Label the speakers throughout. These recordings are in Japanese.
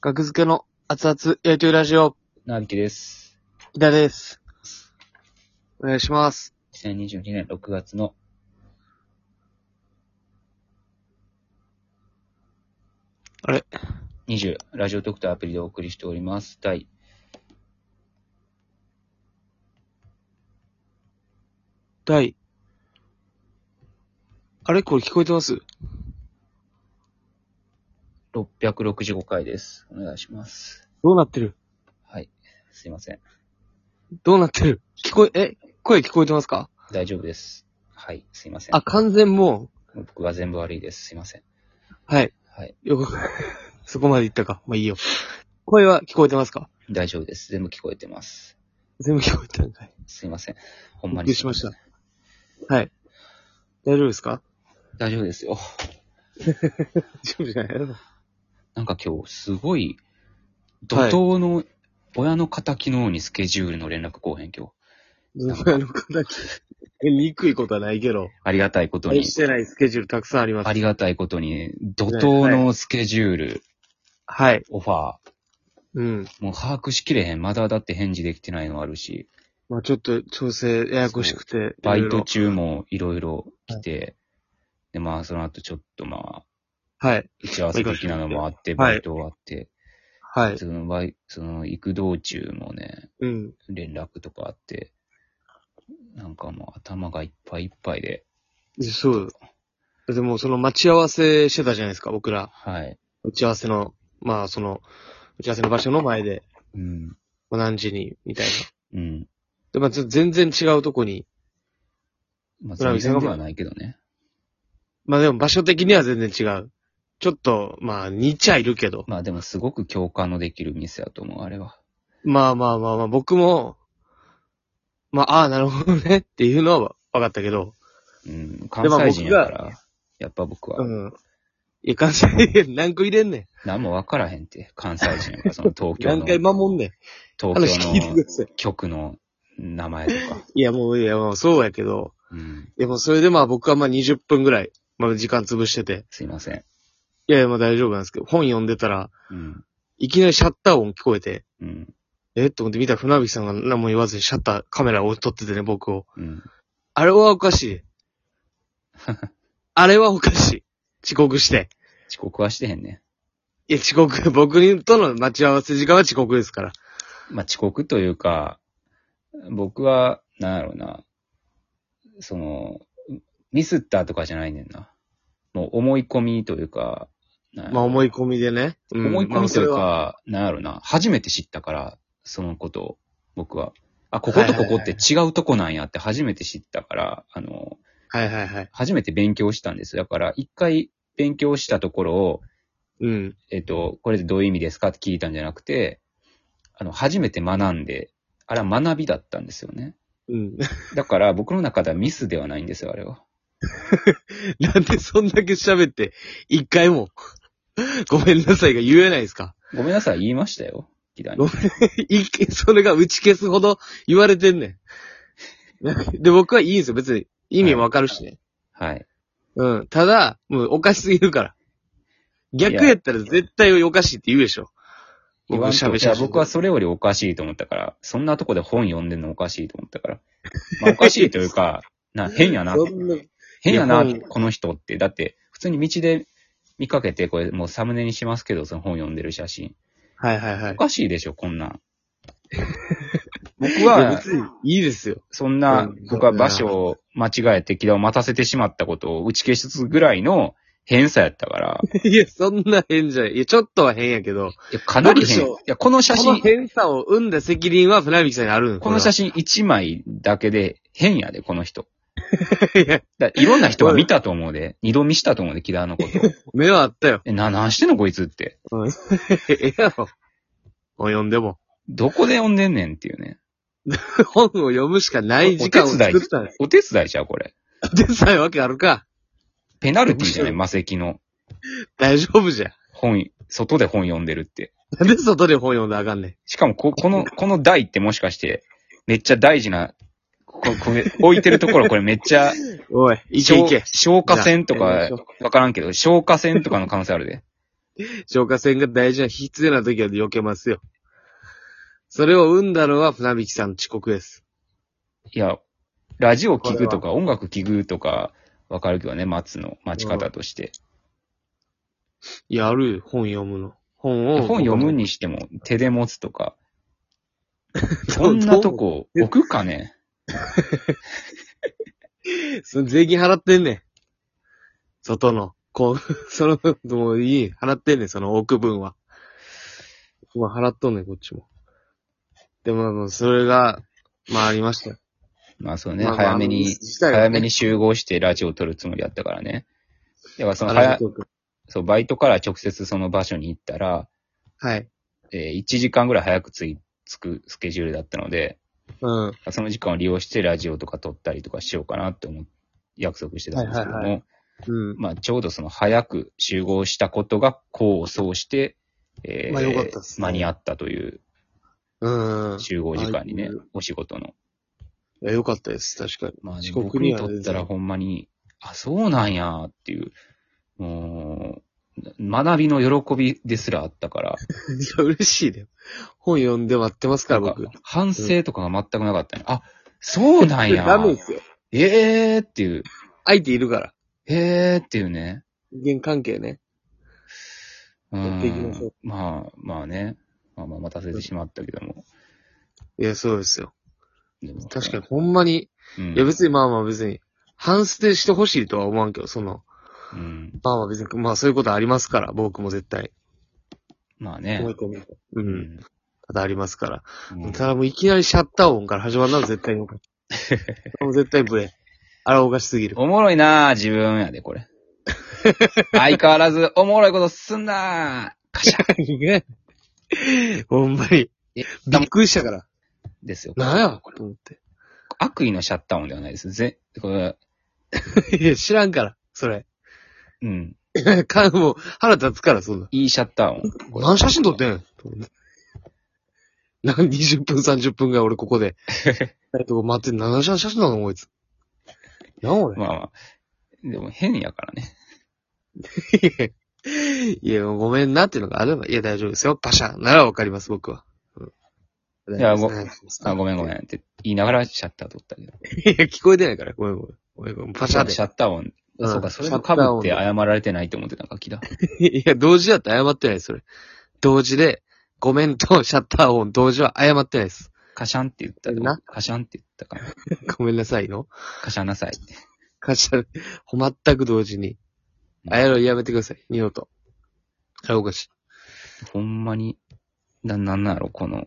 Speaker 1: 学付けの熱々野球ラジオ、
Speaker 2: なびきです。
Speaker 1: 伊田です。お願いします。
Speaker 2: 2022年6月の
Speaker 1: あれ
Speaker 2: 20、ラジオドクターアプリでお送りしております。第
Speaker 1: 第。あれこれ聞こえてます
Speaker 2: 665回です。お願いします。
Speaker 1: どうなってる
Speaker 2: はい。すいません。
Speaker 1: どうなってる聞こえ、え、声聞こえてますか
Speaker 2: 大丈夫です。はい。すいません。
Speaker 1: あ、完全も
Speaker 2: 僕が全部悪いです。すいません。
Speaker 1: う、はい。
Speaker 2: はい。
Speaker 1: よく、 そこまで言ったか。まあいいよ。声は聞こえてますか
Speaker 2: 大丈夫です。全部聞こえてます。
Speaker 1: 全部聞こえてるんかい。
Speaker 2: すいません。ほん
Speaker 1: び
Speaker 2: ま
Speaker 1: っく
Speaker 2: に
Speaker 1: りしました。はい。大丈夫ですか
Speaker 2: 大丈夫ですよ。
Speaker 1: 大丈夫じゃない
Speaker 2: なんか今日、すごい、怒涛の、親の敵のようにスケジュールの連絡来おへん、今日。
Speaker 1: ずっとあの形。え、憎いことはないけど。
Speaker 2: ありがたいことに。
Speaker 1: してないスケジュールたくさんあります
Speaker 2: あ。りがたいことに、怒涛のスケジュール、
Speaker 1: はい。
Speaker 2: オファ
Speaker 1: うん。
Speaker 2: ー、もう把握しきれへん。まだだって返事できてないのあるし、
Speaker 1: まあちょっと調整ややこしくて。
Speaker 2: バ
Speaker 1: いろ
Speaker 2: イ
Speaker 1: いろ
Speaker 2: ト中もいろいろ来て、で、まあその後ちょっとまあ、
Speaker 1: はい。
Speaker 2: 打ち合わせ的なのもあって、
Speaker 1: はい
Speaker 2: バイト終わって、
Speaker 1: はい。
Speaker 2: そのバイ、その行く道中もね、
Speaker 1: うん。
Speaker 2: 連絡とかあって、なんかもう頭がいっぱいいっぱいで、
Speaker 1: でそう。でもその待ち合わせしてたじゃないですか、僕ら。
Speaker 2: はい。
Speaker 1: 打ち合わせの、まあその、打ち合わせの場所の前で、
Speaker 2: うん。
Speaker 1: まあ何時に、みたいな。
Speaker 2: うん。
Speaker 1: で、まあちょっと全然違うとこに。
Speaker 2: まあ
Speaker 1: 村
Speaker 2: 全
Speaker 1: 上さん
Speaker 2: 然
Speaker 1: が
Speaker 2: ではないけどね。
Speaker 1: まあでも場所的には全然違う。ちょっと、まあ似ちゃいるけど。
Speaker 2: まあでもすごく共感のできる店だと思う、あれは。
Speaker 1: まあまあまあまあ、僕も、まあ、ああ、なるほどね、っていうのは分かったけど。
Speaker 2: うん、関西人やから、やっぱ
Speaker 1: う
Speaker 2: 僕は、
Speaker 1: ん。いや、関西弁何個入れんねん。
Speaker 2: 何もわからへんって、関西人やから、その東京
Speaker 1: 何
Speaker 2: の、
Speaker 1: 回守んねん。話
Speaker 2: 東
Speaker 1: 聞い
Speaker 2: 京
Speaker 1: て
Speaker 2: の
Speaker 1: ください。
Speaker 2: 局の名前とか。
Speaker 1: いや、もう、いや、もうそうやけど。
Speaker 2: うん、
Speaker 1: いや、もうそれでまあ僕はまあ20分ぐらい、まあ時間潰してて。
Speaker 2: すいません。
Speaker 1: いやいや、まあ大丈夫なんですけど、本読んでたら、
Speaker 2: うん、
Speaker 1: いきなりシャッター音聞こえて、
Speaker 2: うん、
Speaker 1: えっと思って見たら船引さんが何も言わずにシャッター、カメラを撮っててね、僕を。
Speaker 2: うん。
Speaker 1: あれはおかしい。あれはおかしい。遅刻して。
Speaker 2: 遅刻はしてへんね。
Speaker 1: いや、遅刻、僕との待ち合わせ時間は遅刻ですから。
Speaker 2: まあ、遅刻というか、僕は、なんやろうな、その、ミスったとかじゃないねんな。もう思い込みというか、なんやろ
Speaker 1: まあ思い込みでね。うん
Speaker 2: 思い込みという。
Speaker 1: まあ
Speaker 2: か、なんやろな、初めて知ったから、そのことを、僕は。あ、こことここって違うとこなんやって初めて知ったから、あの、
Speaker 1: それははいはいはい。
Speaker 2: 初めて勉強したんですよ。だから、一回勉強したところを、
Speaker 1: うん。
Speaker 2: えっと、これでどういう意味ですかって聞いたんじゃなくて、あの、初めて学んで、あれは学びだったんですよね。
Speaker 1: うん。
Speaker 2: だから、僕の中ではミスではないんですよ、あれは。
Speaker 1: なんでそんだけ喋って、一回も、 ごめんなさいが言えないですか
Speaker 2: ごめんなさい、言いましたよ。嫌いに
Speaker 1: ごめ一回、それが打ち消すほど言われてんねん。 で、僕はいいんですよ、別に。意味わかるしね。
Speaker 2: はい。
Speaker 1: うん。ただ、もうおかしすぎるから。逆やったら絶対おかしいって言うでしょ。
Speaker 2: 言
Speaker 1: 僕
Speaker 2: わんと
Speaker 1: 喋
Speaker 2: いや
Speaker 1: ゃ
Speaker 2: 僕はそれよりおかしいと思ったから、そんなとこで本読んでんのおかしいと思ったから。まあ、おかしいというか、 な変やな
Speaker 1: そ、んな、
Speaker 2: 変やな、
Speaker 1: いや本
Speaker 2: この人って。だって、普通に道で見かけて、これもうサムネにしますけど、その本読んでる写真。
Speaker 1: はいはいは
Speaker 2: お
Speaker 1: い。
Speaker 2: かしいでしょ、こんなん。僕
Speaker 1: いや
Speaker 2: は、
Speaker 1: 別にいいですよ。
Speaker 2: そんな
Speaker 1: うん、
Speaker 2: 僕は場所を間違えて、キラを待たせてしまったことを打ち消しつつぐらいの変さやったから、
Speaker 1: いや、そんな変じゃない。いや、ちょっとは変やけど、
Speaker 2: いやかなり
Speaker 1: ど
Speaker 2: 変。
Speaker 1: うでしょ
Speaker 2: いうや、この写
Speaker 1: この
Speaker 2: 真、
Speaker 1: 変さを生んだ責任は船引さんにあるん
Speaker 2: この写
Speaker 1: 真。
Speaker 2: 真1枚だけで変やで、この人。
Speaker 1: いや、
Speaker 2: だいろんな人が見たと思うで、二度見したと思うで、キラーのこと。
Speaker 1: 目はあったよ。
Speaker 2: え、な、なんしてんのこいつって。
Speaker 1: うん。ええやろ。本読んでも。
Speaker 2: どこで呼んでんねんっていうね。
Speaker 1: 本を読むしかない時間を作ったん
Speaker 2: お手伝いじゃう、これ。
Speaker 1: でさえわけあるか。
Speaker 2: ペナルティーじゃない、魔石の。
Speaker 1: 大丈夫じゃん。
Speaker 2: 本、外で本読んでるって。
Speaker 1: なんで外で本読んだらあかんねん。
Speaker 2: しかも、こ、この、この台ってもしかして、めっちゃ大事な、こ、これ、置いてるところ、これめっちゃ、
Speaker 1: おい、いけい
Speaker 2: 消
Speaker 1: け。
Speaker 2: 消火栓と
Speaker 1: じゃあ
Speaker 2: か
Speaker 1: やりましょ、
Speaker 2: わからんけど、消火栓とかの可能性あるで。
Speaker 1: 消火栓が大事な必要な時は避けますよ。それを生んだのは船引さんの遅刻です。
Speaker 2: いや、ラジオ聴くとか音楽聴くとかわかるけどね、待つの、待ち方として。
Speaker 1: いや、あるよ本読むの。本を。
Speaker 2: 本読むにしても手で持つ とか、そんなとこ置くかね
Speaker 1: その税金払ってんねん。外の。こう、 その、もういい。払ってんねん、その奥分は。まあ、払っとんねん、こっちも。でも、あのそれが、まあ、ありましたよ。
Speaker 2: まあそうね、
Speaker 1: まあ
Speaker 2: 早め
Speaker 1: まあ
Speaker 2: に、
Speaker 1: 自体はね
Speaker 2: 早めに集合してラジオを撮るつもりだったからね。だからその
Speaker 1: 原
Speaker 2: 早
Speaker 1: 宿、君
Speaker 2: そう、バイトから直接その場所に行ったら、
Speaker 1: はい。
Speaker 2: えー1時間ぐらい早くつい、つくスケジュールだったので、
Speaker 1: うん。
Speaker 2: その時間を利用してラジオとか撮ったりとかしようかなって思う、約束してたんですけども、
Speaker 1: はいはいうん。
Speaker 2: まあちょうどその早く集合したことが功を奏して、えー
Speaker 1: まあよかったっすね
Speaker 2: 間に合ったという
Speaker 1: うん。
Speaker 2: 集合時間にね
Speaker 1: うん、
Speaker 2: お仕事の。
Speaker 1: いや、よかったです、確かに。
Speaker 2: まあ、ね、
Speaker 1: 遅刻
Speaker 2: 僕
Speaker 1: に
Speaker 2: に
Speaker 1: は
Speaker 2: とったらほんまに、あ、そうなんやっていう、もう、学びの喜びですらあった から、
Speaker 1: いや、嬉しいね。本読んで待ってますから、
Speaker 2: なんか
Speaker 1: 僕。
Speaker 2: 反省とかが全くなかったね。あ、そうな んや
Speaker 1: ダメですよ。
Speaker 2: ええーっていう、
Speaker 1: 相手いるから。
Speaker 2: ええーっていうね。
Speaker 1: 人間関係ね。
Speaker 2: う
Speaker 1: やっていきましょ
Speaker 2: ん
Speaker 1: う。
Speaker 2: まあ、まあね。まあまあ、待たせてしまったけども。
Speaker 1: いや、そうですよ。
Speaker 2: でも
Speaker 1: 確かに、ほんまに。
Speaker 2: うん
Speaker 1: いや、別に、まあまあ別に、反省してほしいとは思わんけど、その、
Speaker 2: うん。
Speaker 1: まあまあ別に、まあそういうことありますから、僕も絶対。
Speaker 2: まあね
Speaker 1: 思い。込み。う。。
Speaker 2: うん
Speaker 1: ただありますから。
Speaker 2: うん
Speaker 1: ただもういきなりシャッター音から始まるのは絶対よか った。もう絶対ブレ。あれおかしすぎる。
Speaker 2: おもろいなぁ、自分やで、これ。相変わらず、おもろいことすんなぁ。カシャッ
Speaker 1: ほんまに。
Speaker 2: え
Speaker 1: びっくりしたから。
Speaker 2: ですよ。
Speaker 1: なんやと思って。
Speaker 2: 悪意のシャッター音ではないです。ぜ、これは、
Speaker 1: いや、知らんから、それ。
Speaker 2: うん。
Speaker 1: か、もう、腹立つから、そんな。
Speaker 2: いいシャッター音。これ
Speaker 1: 何写真撮ってんと思って何、20分、30分ぐらい俺ここ で。えっと、待って、何写真なのこいつ。なん俺。
Speaker 2: まあまあ。でも変やからね。
Speaker 1: いや、ごめんなっていうのがあれば、いや、大丈夫ですよ。パシャンならわかります、僕は。うん
Speaker 2: いやご
Speaker 1: 大丈夫です
Speaker 2: あ、ごめんごめんって言いながらシャッター撮ったけ
Speaker 1: い
Speaker 2: ど。
Speaker 1: や、聞こえてないから、ごめんごめん。ごめんごめんパシャで。
Speaker 2: シャッター音。
Speaker 1: うん
Speaker 2: そうか、それ
Speaker 1: シャ
Speaker 2: と
Speaker 1: ッタ
Speaker 2: 被
Speaker 1: ー音
Speaker 2: って謝られてないと思ってたガキだ。
Speaker 1: いや、同時だって謝ってないです、それ。同時で、ごめんとシャッター音、同時は謝ってないです。
Speaker 2: カシャンって言ったとこ
Speaker 1: な
Speaker 2: カシャンって言ったから。
Speaker 1: ごめんなさいの。
Speaker 2: カシャンなさい。
Speaker 1: カシャ、全く同時に。あやろ、やめてください。二度と。あれおかしい。
Speaker 2: ほんまに、な、なんなんやろ、この、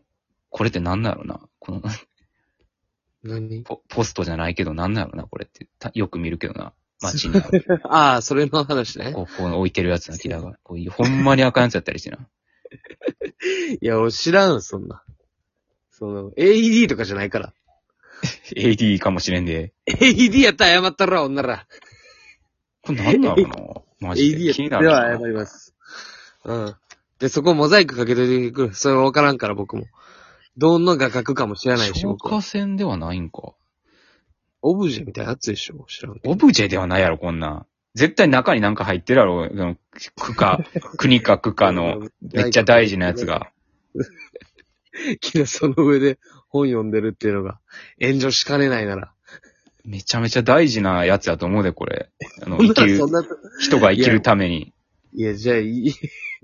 Speaker 2: これってなんなんやろな。この、
Speaker 1: 何
Speaker 2: ポポストじゃないけど、なんなんやろな、これって。たよく見るけどな。街にある。
Speaker 1: ああ、それの話ね。
Speaker 2: こう、こう置いてるやつな気だが。こうほんまにあかんやつやった りしてな。
Speaker 1: いや、俺知らん、そんな。その、AED とかじゃないから。
Speaker 2: AD かもしれんで。
Speaker 1: AED やったら謝ったろ、女ら。
Speaker 2: これなんな んやろな。マジ
Speaker 1: AED
Speaker 2: で。
Speaker 1: や
Speaker 2: 気に
Speaker 1: っ
Speaker 2: な
Speaker 1: た
Speaker 2: る
Speaker 1: ら
Speaker 2: な
Speaker 1: 謝。ります。うん。で、そこモザイクかけといてくる。それはわからんから、僕も。どんな画角かも知らないし、
Speaker 2: 消
Speaker 1: 僕は
Speaker 2: 火栓ではないんか。
Speaker 1: オブジェみたいなやつでしょ知らんけど。
Speaker 2: オブジェではないやろ、こんなん。絶対中になんか入ってるやろ、その 区か、国か区かの、めっちゃ大事なやつが。
Speaker 1: きなその上で本読んでるっていうのが、炎上しかねないなら。
Speaker 2: めちゃめちゃ大事なやつやと思うで、これ。あの、
Speaker 1: ほん
Speaker 2: 生
Speaker 1: なら
Speaker 2: きる
Speaker 1: そん、な、
Speaker 2: 人が生きるために。
Speaker 1: いや、じゃあ、いい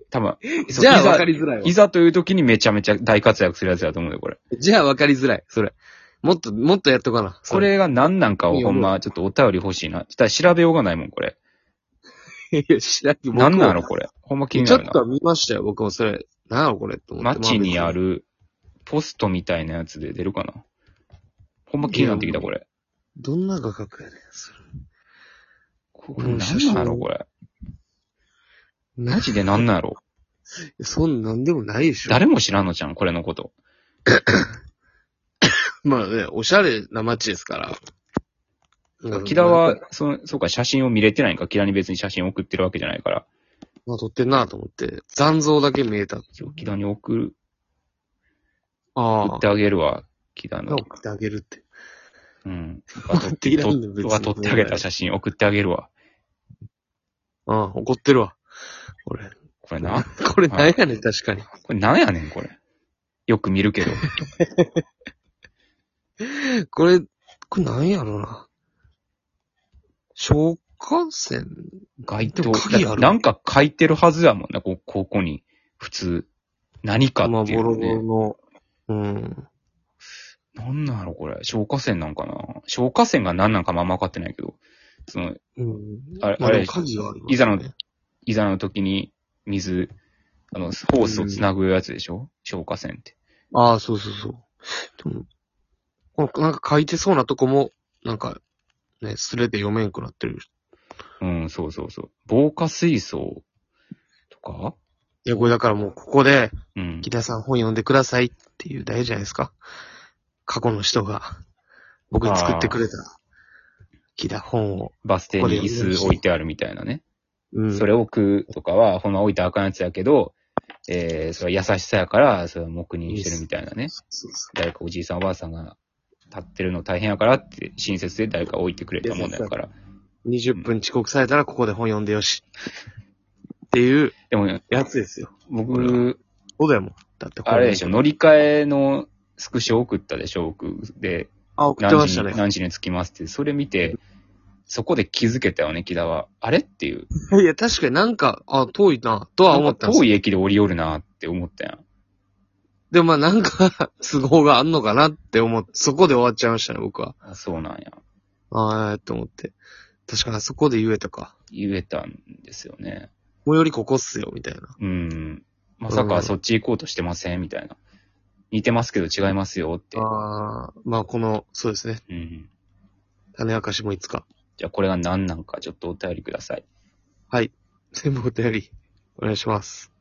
Speaker 2: 多分、そう
Speaker 1: じゃあ
Speaker 2: いざ
Speaker 1: 分かりづらいわ
Speaker 2: いざという時にめちゃめちゃ大活躍するやつだと思うよ、これ。
Speaker 1: じゃあ分かりづらい、それ。もっと、もっとやっとかな。
Speaker 2: これが何なんか
Speaker 1: い
Speaker 2: を
Speaker 1: いよ
Speaker 2: ほんま、ちょっとお便り欲しいな。ちょっと調べようがないもん、これ。
Speaker 1: それ、 いや、知らんけど僕も
Speaker 2: 何なのこれ。ほんま気に
Speaker 1: ちょ
Speaker 2: な
Speaker 1: っ
Speaker 2: る
Speaker 1: と
Speaker 2: な。
Speaker 1: は見ましたよ、僕もそれ。何なのこれって思って。
Speaker 2: 街にあるポストみたいなやつで出るかな。ほんま気になってきた、これ。
Speaker 1: まあ。どんな画角やねん、それ。
Speaker 2: こ
Speaker 1: う
Speaker 2: れ
Speaker 1: ん
Speaker 2: 何なのこれ。
Speaker 1: な
Speaker 2: マジで何なの
Speaker 1: そんなんでもないでしょ。
Speaker 2: 誰も知らんのじゃん、これのこと。
Speaker 1: まあね、おしゃれな街ですから。なんか
Speaker 2: 木田は、、そのそうか、写真を見れてないんか、木田に別に写真送ってるわけじゃないから。
Speaker 1: まあ撮ってんなと思って、残像だけ見えた。
Speaker 2: 木田に送る、
Speaker 1: あ
Speaker 2: 送ってあげるわ、木田の。
Speaker 1: 送ってあげるって。
Speaker 2: うん。僕が撮っ
Speaker 1: い
Speaker 2: て、
Speaker 1: らんの別
Speaker 2: と
Speaker 1: に
Speaker 2: は撮ってあげた写真送ってあげるわ。
Speaker 1: ああ、怒ってるわ。俺。
Speaker 2: これな、
Speaker 1: これなんやねん、確かに。
Speaker 2: これなんやねん、これ。よく見るけ ど。
Speaker 1: これ、これなんやろな。小幹線
Speaker 2: 街
Speaker 1: で
Speaker 2: 灯。
Speaker 1: も鍵ある
Speaker 2: だなんか書いてるはずやもんな、こここに。普通。何か
Speaker 1: まあ、
Speaker 2: ってい
Speaker 1: ボ
Speaker 2: う、
Speaker 1: ロボロ
Speaker 2: ね。
Speaker 1: の。うん。
Speaker 2: なんなんやろ、これ。消火栓なんかな。消火栓が何なんかもあんま分かってないけど。その、
Speaker 1: うん。
Speaker 2: あれ
Speaker 1: まあ、
Speaker 2: あ
Speaker 1: で
Speaker 2: れ
Speaker 1: も鍵がある、
Speaker 2: いざのいざの時に水、あの、ホースを繋ぐやつでしょ消火栓って。
Speaker 1: ああ、そうそうそう。でも、このなんか書いてそうなとこも、なんか、ね、すれて読めんくなってる。
Speaker 2: うん、そうそうそう。防火水槽とか
Speaker 1: いや、これだからもうここで、
Speaker 2: うん
Speaker 1: 木。田さん本読んでくださいっていう大事じゃないですか。過去の人が、僕に作ってくれた、木田本を。
Speaker 2: バス停に椅子置いてあるみたいなね。
Speaker 1: うん。
Speaker 2: それを食うとかは、ほんま置いたらあかんやつやけど、えー、それは優しさやから、それは黙認してるみたいなね。
Speaker 1: そうそう
Speaker 2: 誰かおじいさんおばあさんが立ってるの大変やからって、親切で誰か置いてくれたもんだから。
Speaker 1: 20分遅刻されたらここで本読んでよし。っていう
Speaker 2: でも、ね、
Speaker 1: やつですよ。
Speaker 2: 僕、
Speaker 1: そうだよもん。だってこ
Speaker 2: あれでしょ、乗り換えのスクショ送ったでしょ、僕。で、
Speaker 1: あ、送って
Speaker 2: 何
Speaker 1: まし
Speaker 2: 時
Speaker 1: た
Speaker 2: に、
Speaker 1: ね。
Speaker 2: 何時に着きますって、それ見て、そこで気づけたよね、木田は。あれっていう。
Speaker 1: いや、確かになんか、あ、遠いな、とは思ったんです
Speaker 2: 遠
Speaker 1: よ。
Speaker 2: い駅で降りよるなって思ったやん。
Speaker 1: でもまあなんか、 都合があんのかなって思って、そこで終わっちゃいましたね、僕は。
Speaker 2: あそうなんや。
Speaker 1: ああ、って思って。確かにあそこで言えたか。
Speaker 2: 言えたんですよね。
Speaker 1: 最寄りここっすよ、みたいな。
Speaker 2: うん。まさかそっち行こうとしてませんみたいな。似てますけど違いますよって。
Speaker 1: ああ、まあこの、そうですね。
Speaker 2: うん。
Speaker 1: 種明かしもいつか。
Speaker 2: じゃあこれが何なんかちょっとお便りください。
Speaker 1: 全部お便り、お願いします。